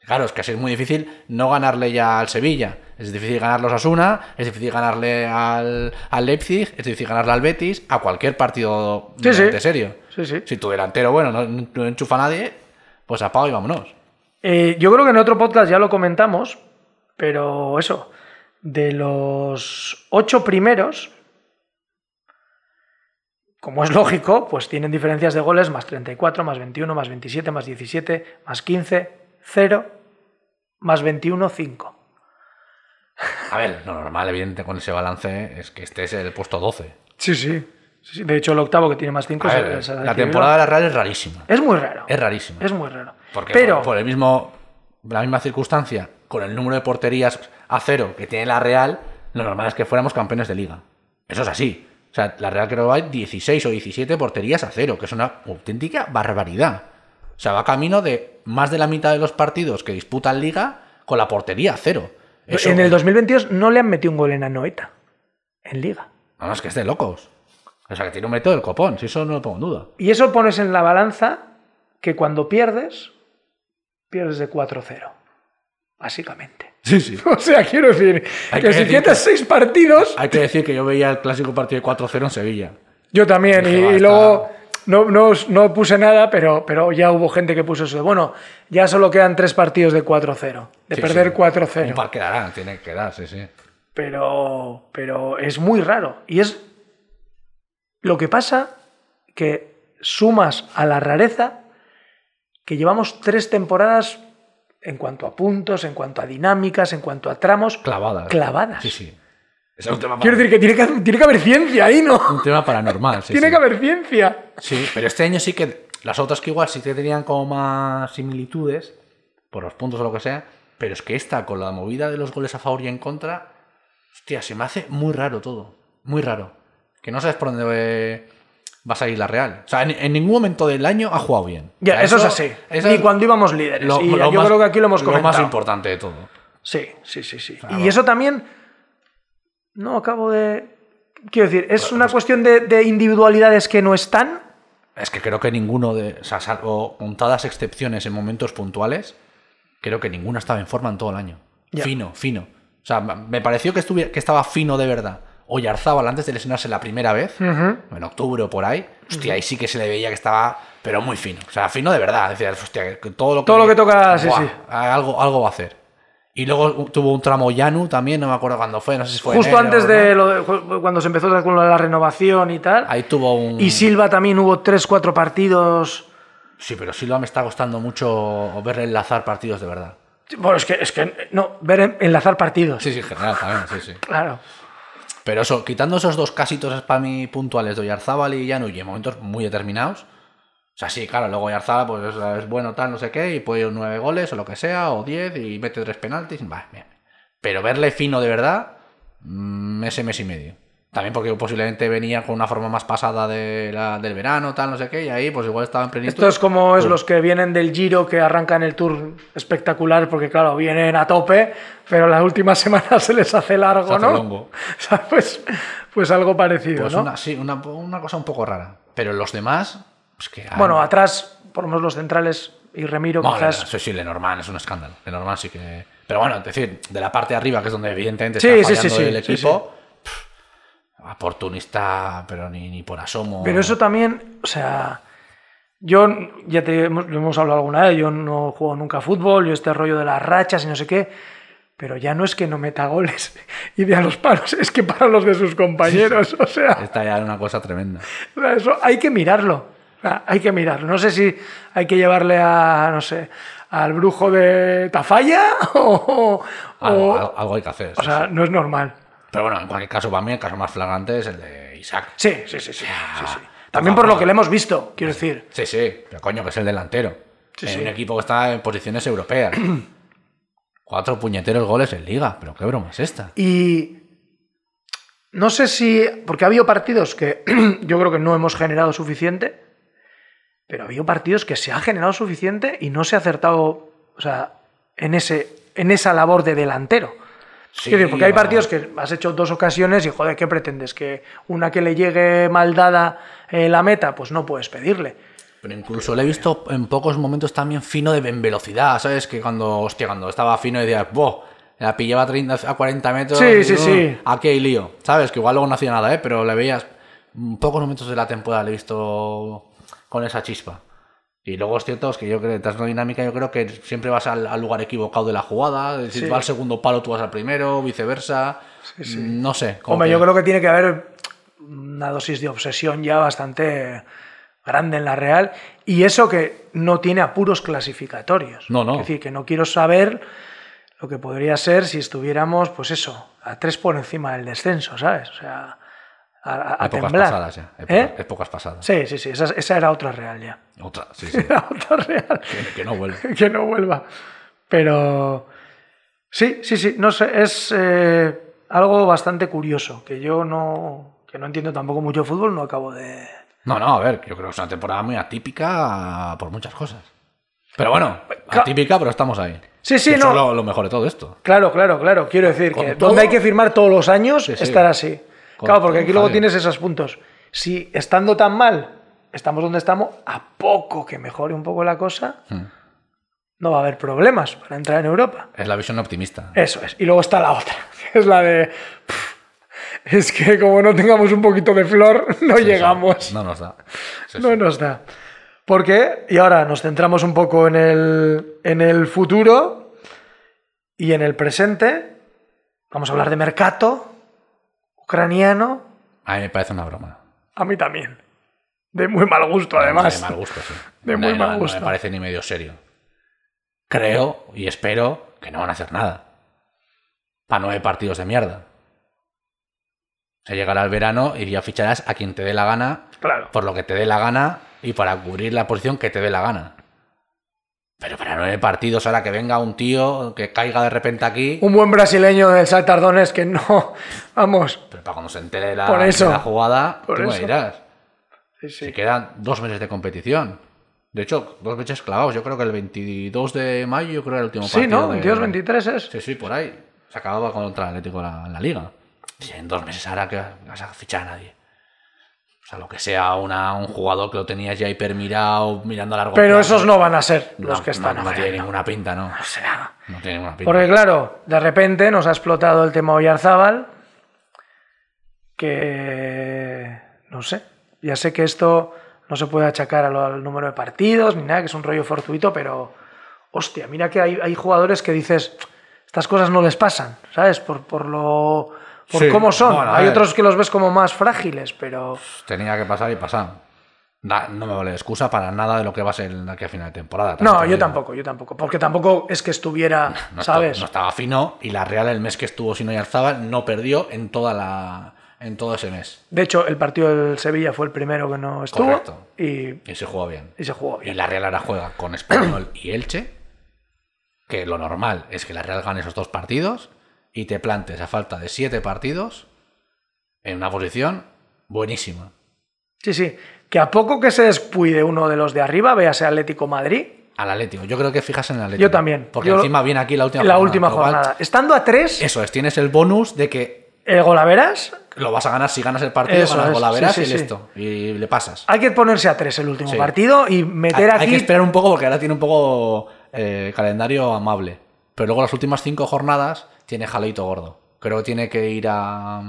Claro, es que así es muy difícil no ganarle ya al Sevilla. Es difícil ganarle a Osasuna, es difícil ganarle al, al Leipzig, es difícil ganarle al Betis, a cualquier partido
Sí, sí.
de serio.
Sí, sí.
Si tu delantero, bueno, no, no enchufa a nadie, pues apago y vámonos.
Eh, yo creo que en otro podcast ya lo comentamos, pero eso, de los ocho primeros, como es lógico, pues tienen diferencias de goles más 34, más 21, más 27, más 17, más 15, 0, más 21, 5.
A ver, lo normal, evidente, con ese balance es que este es el puesto 12.
Sí, sí. Sí, sí. De hecho, el octavo que tiene más 5
A ver, la temporada de la Real es rarísima.
Es muy raro.
Es rarísima.
Es muy raro.
Porque
pero,
por, por el mismo, la misma circunstancia, con el número de porterías a cero que tiene la Real, lo normal es que fuéramos campeones de liga. Eso es así. O sea, la Real creo que va 16 o 17 porterías a cero, que es una auténtica barbaridad. O sea, va camino de más de la mitad de los partidos que disputan liga con la portería a cero. Eso-
en el 2022 no le han metido un gol en Anoeta. En Liga.
No, no, es que es de locos. O sea, que tiene un método del copón, si eso no lo pongo en duda.
Y eso pones en la balanza que cuando pierdes, pierdes de 4-0. Básicamente.
Sí, sí.
O sea, quiero decir que
Hay que
los
decir
siguientes seis partidos,
Hay que decir que yo veía el clásico partido de 4-0 en Sevilla.
yo también. Y,
Dije, va,
y
está-
luego no, no, no puse nada, pero, pero ya hubo gente que puso eso de, bueno, ya solo quedan tres partidos de 4-0, de
Sí,
perder
sí.
4-0.
Un par quedará, tiene que dar, sí, sí.
Pero, pero es muy raro. Y es lo que pasa que sumas a la rareza que llevamos tres temporadas en cuanto a puntos, en cuanto a dinámicas, en cuanto a tramos.
Clavadas.
Clavadas.
Sí, sí. Es un tema,
Quiero decir que tiene que, tiene que haber ciencia ahí, ¿no?
un tema paranormal, sí.
tiene
sí.
que haber ciencia.
Sí, pero este año sí que. Las otras que igual sí que tenían como más similitudes, por los puntos o lo que sea, pero es que esta, con la movida de los goles a favor y en contra, hostia, se me hace muy raro todo. Muy raro. Que no sabes por dónde eh, va a salir la Real. O sea, en, en ningún momento del año ha jugado bien.
Ya,
O sea,
eso, es así.
eso
y
es
cuando íbamos líderes.
lo-
y yo
lo más-
creo que aquí lo hemos comentado.
Lo más importante de todo.
Sí, sí, sí, sí. y
Claro.
eso también. No acabo de. Quiero decir, es
pues
una cuestión de, de individualidades que no están.
Es que creo que ninguno de. O sea, salvo contadas excepciones en momentos puntuales, creo que ninguno estaba en forma en todo el año.
Ya.
Fino, fino. O sea, m- me pareció que, estuviera, que estaba fino de verdad. Oyarzábal antes de lesionarse la primera vez, en octubre o por ahí, hostia, ahí sí que se le veía que estaba, pero muy fino. O sea, fino de verdad. Decía, hostia, que todo lo que,
Todo lo que toca, sí,
Buah,
sí.
Algo, algo va a hacer. Y luego u- tuvo un tramo Yanu también, no me acuerdo cuándo fue, no sé si fue.
Justo
enero,
antes
Pues ¿no?
de, lo de- ju- cuando se empezó con lo de la renovación y tal.
Ahí tuvo un.
Y Silva también hubo 3-4 partidos.
Sí, pero Silva me está costando mucho verle enlazar partidos de verdad.
Bueno, es que, es que no, ver en- enlazar partidos.
Sí, sí, en general también, sí, sí.
Claro.
Pero eso, quitando esos dos casitos para mí puntuales de Oyarzábal y Yanu, y en momentos muy determinados, o sea, sí, claro, luego Oyarzábal pues, es- es bueno, tal, no sé qué, y puede ir nueve goles o lo que sea, o diez, y mete tres penaltis, va, bien. Pero verle fino de verdad, mm, ese mes y medio. También porque posiblemente venía con una forma más pasada de la- del verano, tal, no sé qué, y ahí pues igual estaba en plenitud.
Esto es como es los que vienen del Giro que arrancan el tour espectacular porque claro, vienen a tope, pero las últimas semanas se les hace largo,
Se hace
¿no?
longo.
O sea, pues, pues algo parecido,
Pues
¿no?
una, sí, una, una cosa un poco rara. Pero los demás, pues que... ah,
Bueno, atrás, por lo menos los centrales y Remiro
Bueno,
quizás.
eso sí, Lenormand es un escándalo. Lenormand sí que. Pero bueno, es decir, de la parte de arriba, que es donde evidentemente
Sí,
está
sí,
fallando
sí, sí,
el
sí,
equipo, pf, oportunista, pero ni, ni por asomo.
Pero eso también, o sea, yo ya te hemos, lo hemos hablado alguna vez, yo no juego nunca a fútbol, yo este rollo de las rachas y no sé qué, pero ya no es que no meta goles y de a los paros, es que para los de sus compañeros, o sea.
Esta ya era una cosa tremenda.
O sea, Eso hay que mirarlo. O sea, Hay que mirarlo. No sé si hay que llevarle a, no sé, al brujo de Tafalla o. o-
Algo,
o-
al- algo hay que hacer.
o
sí,
sea,
sí.
no es normal.
Pero bueno, en cualquier caso, para mí el caso más flagrante es el de Isaac.
Sí, sí, sí, sí. sí, sí. También por lo que le hemos visto, quiero decir.
Sí, sí, pero coño, que es el delantero.
Sí,
en
sí.
un equipo que está en posiciones europeas. Cuatro puñeteros goles en liga, pero qué broma es esta.
Y. No sé si. Porque ha habido partidos que yo creo que no hemos generado suficiente. Pero ha habido partidos que se ha generado suficiente y no se ha acertado. O sea, en, ese, en esa labor de delantero.
Sí,
Quiero decir, porque hay
vamos.
partidos que has hecho dos ocasiones y, joder, ¿qué pretendes? ¿Que una que le llegue mal dada eh, la meta? Pues no puedes pedirle.
Pero incluso le he visto en pocos momentos también fino de, en velocidad, ¿sabes? Que cuando, hostia, cuando estaba fino decías, ¡boh! La pillaba a, 30, a 40 metros.
Sí,
y,
sí,
"Uh,
sí.
Aquí hay lío, ¿sabes? Que igual luego no hacía nada, ¿eh? mm, Pero le veías. En pocos momentos de la temporada le he visto con esa chispa. Y luego es cierto es que yo creo que tras una dinámica yo creo que siempre vas al, al lugar equivocado de la jugada, es decir,
Sí.
va al segundo palo, tú vas al primero, viceversa. Mm,
sí.
No sé. como
Hombre,
que-
yo creo que tiene que haber una dosis de obsesión ya bastante grande en la Real. Y eso que no tiene apuros clasificatorios.
No, no.
Es decir, que no quiero saber lo que podría ser si estuviéramos, pues eso, a tres por encima del descenso, ¿sabes? O sea, a, a- a
épocas
temblar.
pasadas ya. Épocas,
¿Eh?
épocas pasadas.
Sí, sí, sí. Esa, esa era otra Real ya.
Otra, sí, sí.
Era otra Real.
que, que no vuelve.
que no vuelva. Pero sí, sí, sí, no sé, es eh, algo bastante curioso, que yo no, que no entiendo tampoco mucho de fútbol, no acabo de...
No, no, a ver, yo creo que es una temporada muy atípica por muchas cosas. Pero bueno,
Eh, Ca-
atípica, pero estamos ahí.
Sí, sí,
Que eso
no.
es lo, lo mejor de todo esto.
Claro, claro, claro, quiero decir
Con
que
todo-
donde hay que firmar todos los años,
Sí, sí.
estar así.
Con
claro, porque
todo,
aquí luego
Javi.
tienes esos puntos. Si estando tan mal, estamos donde estamos, a poco que mejore un poco la cosa,
Mm.
no va a haber problemas para entrar en Europa.
Es la visión optimista.
Eso es. Y luego está la otra, que es la de. "Pff, Es que como no tengamos un poquito de flor, no
Sí, sí.
llegamos.
No nos da. Sí,
No
sí.
nos da. Porque, y ahora nos centramos un poco en el, en el futuro y en el presente. Vamos a hablar de mercato ucraniano.
A mí me parece una broma.
A mí también. De muy mal gusto, además.
De mal gusto, sí.
De muy
No,
mal
no,
gusto.
No me parece ni medio serio. Creo y espero que no van a hacer nada. Para nueve partidos de mierda. Se llegará el verano y ya ficharás a quien te dé la gana,
Claro.
por lo que te dé la gana y para cubrir la posición que te dé la gana. Pero para nueve partidos, ahora que venga un tío que caiga de repente aquí,
Un buen brasileño del Saltardones que no. Vamos.
pero para cuando se entere de la,
Por eso.
de la jugada,
Por
tú me
eso.
dirás.
Sí, sí.
Se quedan dos meses de competición. De hecho, dos meses clavados. Yo creo que el 22 de mayo, yo creo que era el último
Sí,
partido.
¿no?
de-
22, 23 es.
Sí, sí, por ahí. Se acababa contra el Atlético la, la liga. Y en dos meses ahora que vas a fichar a nadie. O sea, lo que sea una, un jugador que lo tenías ya hipermirado, mirando a largo
Pero
plazo.
esos no van a ser
No,
los que están
No, no
ahora,
tiene
no.
ninguna pinta, ¿no?
O sea,
No tiene ninguna pinta.
porque claro, de repente nos ha explotado el tema Oyarzábal, que no sé, ya sé que esto no se puede achacar a lo- al número de partidos ni nada, que es un rollo fortuito, pero hostia, mira que hay, hay jugadores que dices, estas cosas no les pasan, ¿sabes? Por, por lo... Por
Sí,
cómo son.
bueno, a
hay
ver.
otros que los ves como más frágiles, pero...
Tenía que pasar y pasar. Da- no me vale de excusa para nada de lo que va a ser aquí a final de temporada.
No, yo
te digo.
tampoco, yo tampoco. Porque tampoco es que estuviera,
No esta-
¿sabes?
no estaba fino y la Real el mes que estuvo sin Oyarzábal no perdió en toda la en todo ese mes.
De hecho, el partido del Sevilla fue el primero que no estuvo
Correcto.
y,
Y se jugó bien.
y se jugó
Y
bien.
la Real ahora juega con Español y Elche, que lo normal es que la Real gane esos dos partidos y te plantes a falta de siete partidos en una posición buenísima.
Sí, sí. Que a poco que se descuide uno de los de arriba, véase Atlético Madrid,
Al Atlético. Yo creo que fijas en el Atlético.
Yo también.
Porque
Yo-
encima viene aquí la última
la última
con lo cual,
jornada. Estando a tres,
Eso es, tienes el bonus de que
el golaveras,
lo vas a ganar si ganas el partido,
Eso
ganas
es,
golaveras
sí, sí,
y
sí.
listo. Y le pasas.
hay que ponerse a tres el último
Sí.
partido y meter
hay, hay
aquí.
que esperar un poco porque ahora tiene un poco eh, calendario amable. Pero luego las últimas cinco jornadas tiene jaleito gordo. Creo que tiene que ir a.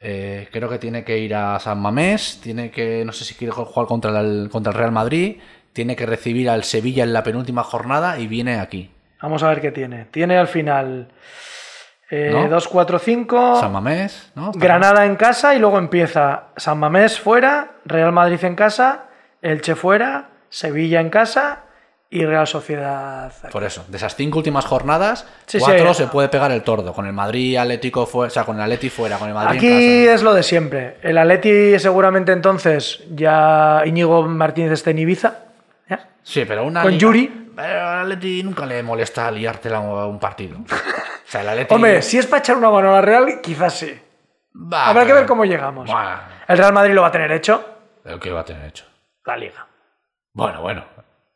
eh, creo que tiene que ir a San Mamés. Tiene que. No sé si quiere jugar contra el, contra el Real Madrid. Tiene que recibir al Sevilla en la penúltima jornada y viene aquí.
Vamos a ver qué tiene. Tiene al final eh,
¿No?
2-4-5.
San Mamés, ¿no? Está-
Ah. Granada en casa y luego empieza San Mamés fuera, Real Madrid en casa, Elche fuera, Sevilla en casa y Real Sociedad. aquí.
Por eso, de esas cinco últimas jornadas,
Sí, sí,
cuatro
hay-
se puede pegar el tordo. Con el Madrid Atlético fuera, o sea, con el Atleti fuera, con el Madrid en
Aquí eh,
casa.
es lo de siempre. El Atleti seguramente entonces ya Íñigo Martínez está en Ibiza. ¿ya?
Sí, pero una.
Con
liga-
Yuri.
Pero al Atleti nunca le molesta liártela a un partido. O sea, el Atleti.
Hombre, si es para echar una mano a la Real, quizás sí.
va,
Habrá que
Ah, pero-
ver cómo llegamos.
Bueno,
El Real Madrid lo va a tener hecho.
pero ¿qué va a tener hecho?
La Liga.
Bueno, bueno.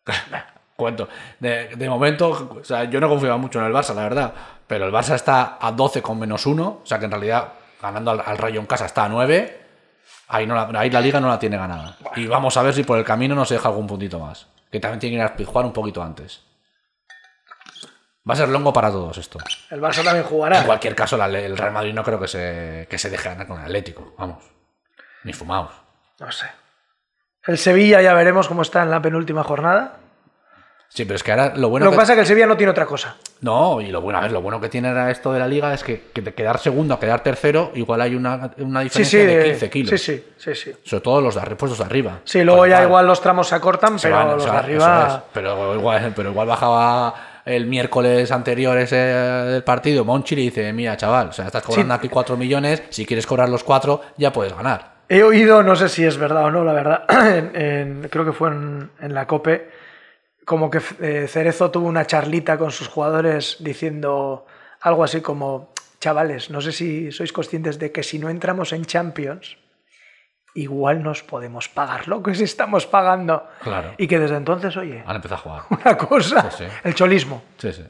Cuento. De, de momento, o sea, yo no confiaba mucho en el Barça, la verdad. Pero el Barça está a 12 con menos 1. O sea, que en realidad, ganando al, al Rayo en casa, está a 9. Ahí, no la, ahí la liga no la tiene ganada. Y vamos a ver si por el camino nos deja algún puntito más. Que también tiene que ir a pijuar un poquito antes. Va a ser longo para todos esto.
El Barça también jugará.
En cualquier caso, la- el Real Madrid no creo que se, que se deje ganar con el Atlético. Vamos. Ni fumados.
No sé. El Sevilla ya veremos cómo está en la penúltima jornada.
Sí, pero es que ahora lo bueno
Lo que pasa es que el Sevilla no tiene otra cosa.
No, y lo bueno, a ver, lo bueno que tiene ahora esto de la liga es que, que de quedar segundo a quedar tercero, igual hay una, una
Sí, sí,
diferencia de
de-
15 kilos.
sí, sí, sí, sí.
Sobre todo los de arri- puestos de arriba.
Sí, luego
Con lo
ya
cual,
igual los tramos se acortan,
se
pero
van, o
los
sea,
de
eso es.
arriba.
Pero igual, pero igual bajaba el miércoles anterior ese del partido Monchi y dice, mira, chaval, o sea, estás cobrando
Sí.
aquí 4 millones, si quieres cobrar los 4 ya puedes ganar.
He oído, no sé si es verdad o no, la verdad, en- en- creo que fue en, en la COPE, como que eh, Cerezo tuvo una charlita con sus jugadores diciendo algo así como, chavales, no sé si sois conscientes de que si no entramos en Champions, igual nos podemos pagar lo que os estamos pagando.
Claro.
Y que desde entonces, oye,
Han empezado a jugar.
una cosa,
Sí, sí.
el cholismo.
Sí, sí.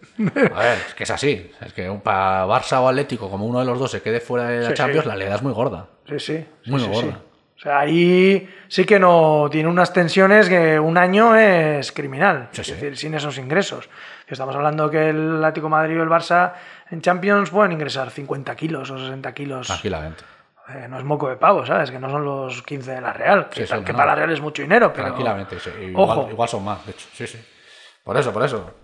A ver, es que es así. Es que para Barça o Atlético, como uno de los dos se quede fuera de la
Sí,
Champions,
sí.
la lealtad es muy gorda.
Sí, sí. sí,
Muy
sí, sí.
gorda.
O sea, ahí sí que no tiene unas tensiones que un año es criminal.
Sí,
es
sí.
decir, sin esos ingresos. Estamos hablando que el Atlético de Madrid o el Barça en Champions pueden ingresar 50 kilos o 60 kilos.
Tranquilamente.
Eh, no es moco de pavo, ¿sabes? Que no son los 15 de la Real. Que,
Sí,
tal-
sí,
que
no.
para la Real es mucho dinero, pero.
Tranquilamente, sí. Igual,
Ojo.
igual son más, de hecho. Sí, sí. Por eso, por eso.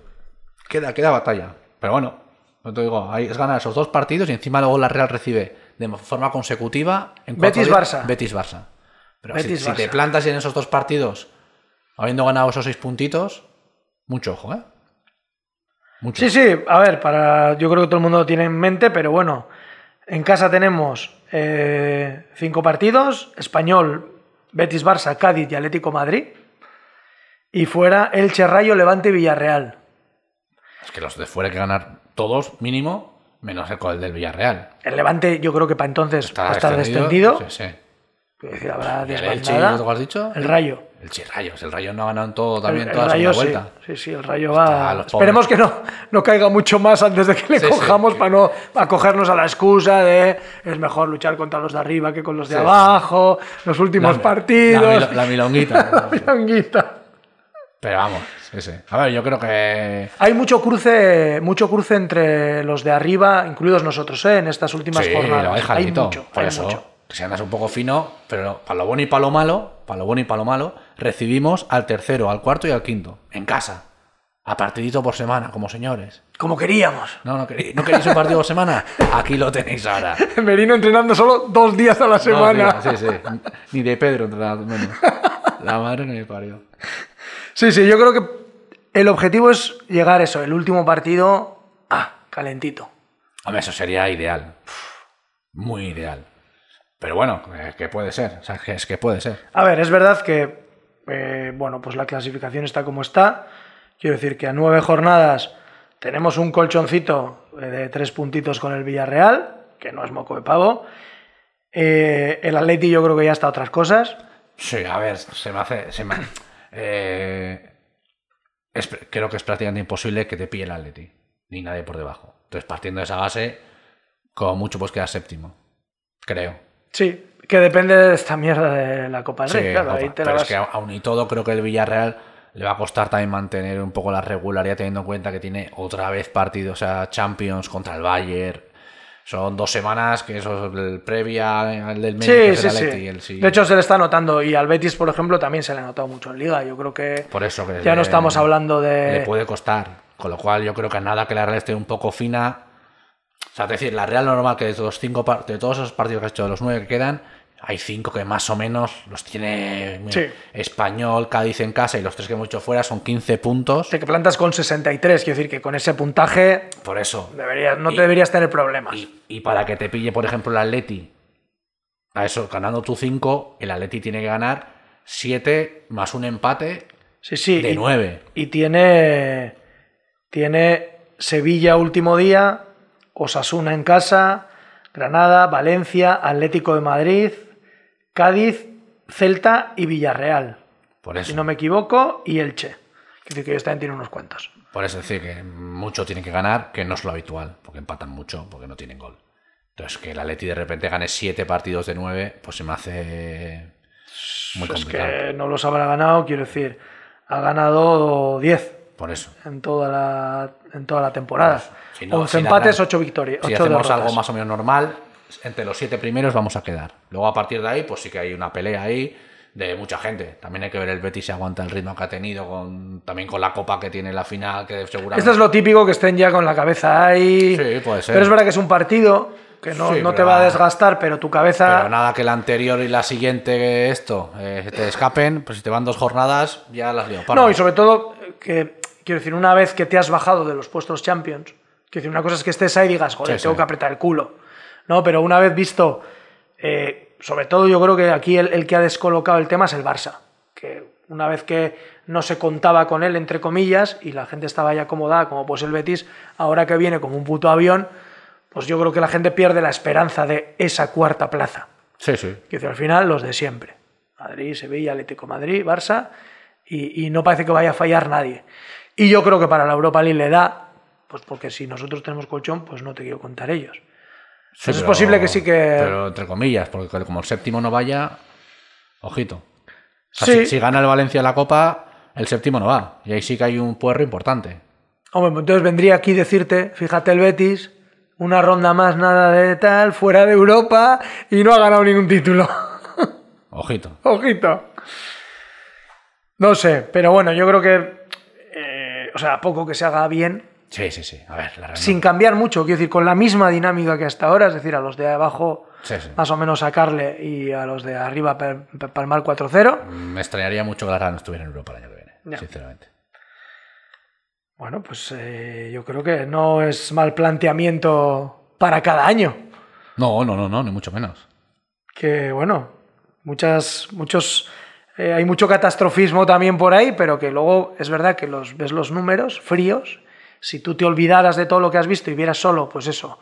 Queda, queda batalla. Pero bueno, no te digo, ahí es ganar esos dos partidos y encima luego la Real recibe de forma consecutiva. En cuatro días-
Betis-Barça.
Betis-Barça. Pero
Betis-Barça.
si, si te plantas en esos dos partidos, habiendo ganado esos seis puntitos, mucho ojo, ¿eh? Mucho.
Sí, sí, a ver, para, yo creo que todo el mundo lo tiene en mente, pero bueno, en casa tenemos eh, cinco partidos, Español, Betis, Barça, Cádiz y Atlético Madrid, y fuera Elche, Rayo, Levante y Villarreal.
Es que los de fuera hay que ganar todos, mínimo, menos el, con el del Villarreal.
El Levante yo creo que para entonces va a estar descendido,
Sí, sí.
es decir, habrá
Y el Elche,
desbandada.
¿no te lo has dicho?
El Rayo.
El Chirrayos, el Rayo no ha ganado todo
El-
también,
el
toda la
Rayo
segunda
sí.
vuelta.
Sí, sí, el Rayo va.
a los
Esperemos que no, no caiga mucho más antes de que le
Sí, sí.
cojamos para no acogernos a la excusa de es mejor luchar contra los de arriba que con los de
Sí, sí.
abajo, los últimos
La-
partidos.
la milo- la milonguita.
La milonguita.
Pero vamos, sí, sí. A ver, yo creo que.
Hay mucho cruce, mucho cruce entre los de arriba, incluidos nosotros, ¿eh? en estas últimas
sí,
jornadas.
lo hay jaldito.
mucho,
Por
hay
eso,
mucho.
que si andas un poco fino, pero para lo bueno y para lo malo, para lo bueno y para lo malo, recibimos al tercero, al cuarto y al quinto, en casa. A partidito por semana, como señores.
Como queríamos.
No, no, queréis, ¿no queréis un partido por semana. Aquí lo tenéis ahora.
Merino entrenando solo dos días a la semana.
No, tío, sí, sí. Ni de Pedro, entre las manos. La madre que me parió.
Sí, sí, yo creo que el objetivo es llegar eso, el último partido, ah, calentito.
Hombre, eso sería ideal. Muy ideal. Pero bueno, eh, que puede ser. O sea, que es que puede ser.
A ver, es verdad que, eh, bueno, pues la clasificación está como está. Quiero decir que a nueve jornadas tenemos un colchoncito eh, de tres puntitos con el Villarreal, que no es moco de pavo. Eh, el Atleti yo creo que ya está a otras cosas.
Sí, a ver, se me hace. Se me, eh, es- creo que es prácticamente imposible que te pille el Atleti. Ni nadie por debajo. Entonces, partiendo de esa base, como mucho pues queda séptimo. Creo.
Sí, que depende de esta mierda de la Copa del Rey,
Sí,
claro,
ojo,
ahí te la
pero es
vas-
que aún y todo creo que el Villarreal le va a costar también mantener un poco la regularidad teniendo en cuenta que tiene otra vez partidos a Champions contra el Bayern. Son dos semanas que eso es el previa al del medio
Sí,
que es
sí,
el
sí.
Atleti, el sí.
De hecho, se le está notando. Y al Betis, por ejemplo, también se le ha notado mucho en Liga. Yo creo que,
Por eso que
ya no
le-
estamos hablando de.
Eh, le puede costar. Con lo cual yo creo que nada que la Real esté un poco fina. O sea, es decir, la Real normal que de, los cinco par- de todos esos partidos que ha hecho, de los nueve que quedan, hay cinco que más o menos los tiene
Sí.
Español, Cádiz en casa y los tres que hemos hecho fuera son 15 puntos.
Te que plantas con 63, quiero decir que con ese puntaje
Por eso.
deberías, no
Y-
te deberías tener problemas.
Y, y para que te pille, por ejemplo, el Atleti, a eso, ganando tú 5, el Atleti tiene que ganar 7 más un empate
sí, sí.
de
y,
9.
y tiene. Tiene Sevilla último día, Osasuna en casa, Granada, Valencia, Atlético de Madrid, Cádiz, Celta y Villarreal.
Por eso,
Si no me equivoco, y Elche. Quiero decir que ellos también tienen unos cuantos.
por eso decir que mucho tienen que ganar, que no es lo habitual, porque empatan mucho, porque no tienen gol. Entonces, que el Atleti de repente gane 7 partidos de 9, pues se me hace muy
Es
complicado.
que no los habrá ganado, quiero decir, ha ganado 10
Por eso.
en toda la, en toda la temporada.
Pues, Si no,
11
si la
empates,
gran-
8 victorias.
Si
ocho
hacemos
derrotas.
algo más o menos normal, entre los siete primeros vamos a quedar. Luego a partir de ahí, pues sí que hay una pelea ahí de mucha gente. También hay que ver el Betis si aguanta el ritmo que ha tenido, con, también con la copa que tiene la final, que seguramente...
Esto es lo típico que estén ya con la cabeza ahí.
Sí, puede ser.
Pero es verdad que es un partido que no,
Sí,
no te
pero
va a
va-
desgastar, pero tu cabeza.
Pero nada que la anterior y la siguiente, que esto, eh, se te escapen, pues si te van dos jornadas, ya las lío. parda.
No, y sobre todo, eh, que quiero decir, una vez que te has bajado de los puestos Champions, quiero decir, una cosa es que estés ahí y digas, joder,
Sí,
tengo
sí.
que apretar el culo. No, pero una vez visto, eh, sobre todo yo creo que aquí el, el que ha descolocado el tema es el Barça, que una vez que no se contaba con él, entre comillas, y la gente estaba ya acomodada, como pues el Betis, ahora que viene como un puto avión, pues yo creo que la gente pierde la esperanza de esa cuarta plaza.
Sí, sí.
Quiero decir, al final los de siempre. Madrid, Sevilla, Atlético de Madrid, Barça. Y, y no parece que vaya a fallar nadie. Y yo creo que para la Europa League le da, pues porque si nosotros tenemos colchón, pues no te quiero contar ellos.
Sí,
Pues es posible que sí que-
Pero entre comillas, porque como el séptimo no vaya, ojito. O
Ah,
sea,
Sí.
si, si gana el Valencia la Copa, el séptimo no va. Y ahí sí que hay un puerro importante.
Hombre, pues entonces vendría aquí decirte, fíjate el Betis, una ronda más, nada de tal, fuera de Europa y no ha ganado ningún título.
Ojito.
Ojito. No sé, pero bueno, yo creo que, eh, o sea, a poco que se haga bien,
Sí, sí, sí. A ver, la realidad.
sin cambiar mucho, quiero decir, con la misma dinámica que hasta ahora, es decir, a los de abajo
Sí, sí.
más o menos sacarle y a los de arriba pal- pal- palmar 4-0.
Mm, Me extrañaría mucho que la Real no estuviera en Europa el año que viene,
Ya.
sinceramente.
Bueno, pues eh, yo creo que no es mal planteamiento para cada año.
No, no, no, no, ni mucho menos.
Que bueno, muchas, muchos, eh, hay mucho catastrofismo también por ahí, pero que luego es verdad que los, ves los números fríos. Si tú te olvidaras de todo lo que has visto y vieras solo, pues eso,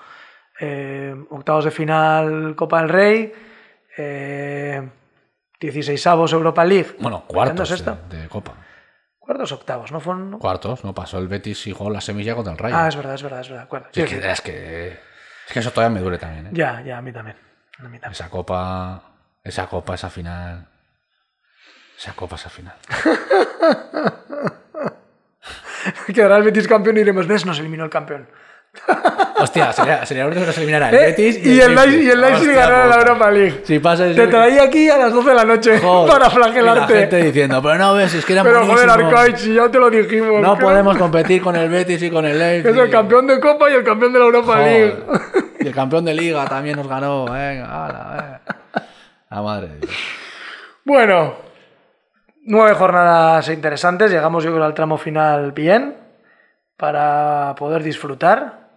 eh, octavos de final Copa del Rey, eh, 16avos Europa League.
Bueno,
¿cuándo
cuartos eh,
es esto?
de, de Copa.
Cuartos octavos, ¿no? Fueron, no?
Cuartos, no pasó el Betis y jugó la semilla contra el Rayo.
Ah, es verdad, es verdad, es verdad. cuartos.
Sí, es, que, es que es que eso todavía me duele también. ¿eh?
Ya, ya, a mí también. A mí también.
Esa copa, esa copa, esa final. Esa copa, esa final.
Quedará el Betis campeón y diremos, ves, nos eliminó el campeón.
Hostia, sería, sería bonito que nos eliminara el
¿Eh?
Betis
y, el Leipzig, y el Leipzig
Leipzig
ganará la Europa League.
Si pasa
Te traía aquí a las 12 de la noche
Joder,
para
y La gente
flagelarte.
diciendo, pero no ves, es que era
Pero joder, Arcoich, si ya te lo dijimos.
No
que-
podemos competir con el Betis y con el
que
Leipzig.
Es el campeón de Copa y el campeón de la Europa
Joder.
League.
Y el campeón de Liga también nos ganó. Venga, ala, eh. La madre de Dios.
Bueno, nueve jornadas interesantes. Llegamos, yo creo, al tramo final bien para poder disfrutar.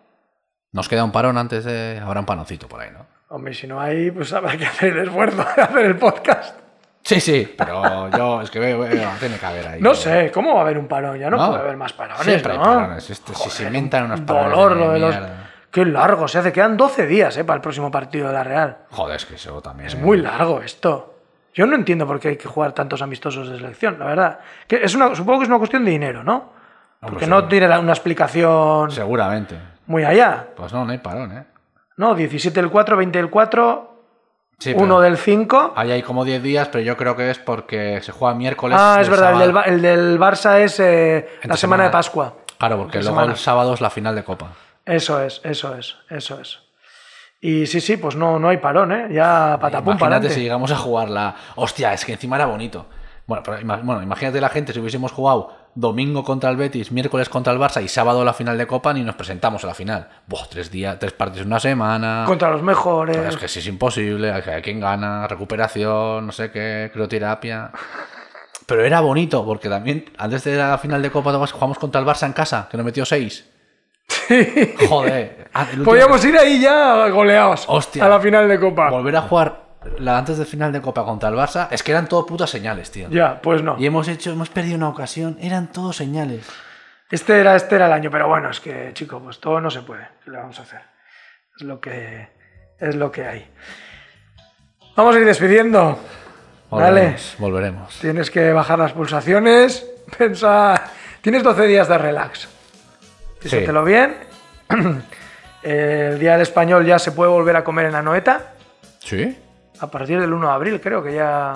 Nos queda un parón antes de. Habrá un panoncito por ahí, ¿no?
Hombre, si no hay, pues habrá que hacer el esfuerzo de hacer el podcast.
Sí, sí, pero yo es que veo, veo, tiene que haber ahí.
No sé, ¿cómo va a haber un parón? Ya no,
No.
puede haber más parones,
Siempre hay
¿no?
parones, esto, si se inventan unos parones
Dolor,
de
lo de los...
mierda.
Qué largo se hace. Quedan 12 días eh, para el próximo partido de la Real.
Joder, es que eso también.
Es muy largo esto. Yo no entiendo por qué hay que jugar tantos amistosos de selección, la verdad. Que es una, supongo que es una cuestión de dinero, ¿no? Porque no
seguro.
tiene la- una explicación
Seguramente.
muy allá.
Pues no, no hay parón, ¿eh?
No, 17 del 4, 20 del 4,
Sí,
1
pero
del 5.
Ahí hay como 10 días, pero yo creo que es porque se juega miércoles.
Ah,
y
es verdad, el del,
sábado-
Ba- el del Barça es eh, la semana,
Entre
de
semana.
Pascua.
Claro, porque
Entre
luego
semana.
el sábado es la final de Copa.
Eso es, eso es, eso es. Y sí, sí, pues no, no hay parón, ¿eh? Ya patapum para
imagínate
adelante.
si llegamos a jugar la. Hostia, es que encima era bonito. Bueno, pero ima- bueno, imagínate la gente si hubiésemos jugado domingo contra el Betis, miércoles contra el Barça y sábado la final de Copa ni nos presentamos a la final. Buah, tres días, tres partidos en una semana.
Contra los mejores.
Pero es que sí es imposible, hay que hay quien gana, recuperación, no sé qué, crioterapia. Pero era bonito, porque también antes de la final de Copa jugamos contra el Barça en casa, que nos metió seis. Joder. ah, el último-
Podíamos ir ahí ya goleados
Hostia.
a la final de Copa.
Volver a jugar la antes de final de Copa contra el Barça, es que eran todo putas señales, tío.
Ya, pues no.
Y em- hemos hecho, hemos perdido una ocasión, eran todo señales.
Este era, este era el año, pero bueno, es que, chico, pues todo no se puede. ¿Qué le vamos a hacer? Es lo que, es lo que hay. Vamos a ir despidiendo. Vale.
Volveremos, volveremos.
Tienes que bajar las pulsaciones, pensar... Tienes 12 días de relax. Piénsatelo bien. El Día del Español ya se puede volver a comer en Anoeta.
¿Sí?
A partir del 1 de abril creo que ya...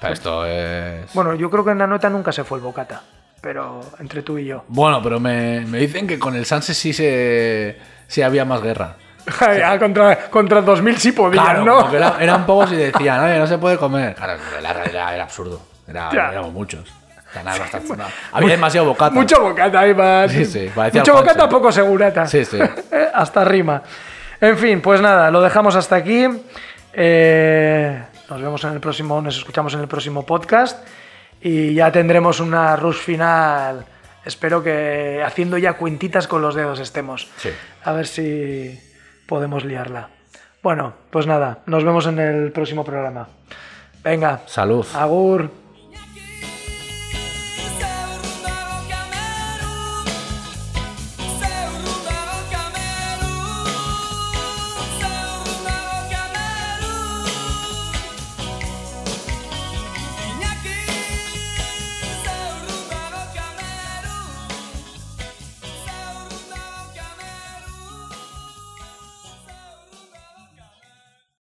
Pero esto es...
Bueno, yo creo que en Anoeta nunca se fue el bocata. Pero entre tú y yo.
Bueno, pero me, me dicen que con el Sanse sí se sí había más guerra.
Ah, contra, contra 2000 sí podían,
Claro,
¿no?
porque era- eran pocos y decían, oye, no se puede comer. Claro, la realidad era absurdo. Era,
Ya.
éramos muchos. Ya nada, bastante- nada. Había demasiado bocata.
Mucho bocata, además.
Sí, sí, parecía
Mucho
Juancho.
bocata, poco segurata.
Sí, sí.
Eh, hasta rima. En fin, pues nada, lo dejamos hasta aquí. Eh, nos vemos en el próximo, nos escuchamos en el próximo podcast y ya tendremos una rush final. Espero que haciendo ya cuentitas con los dedos estemos.
Sí.
A ver si podemos liarla. Bueno, pues nada, nos vemos en el próximo programa. Venga,
Salud.
agur.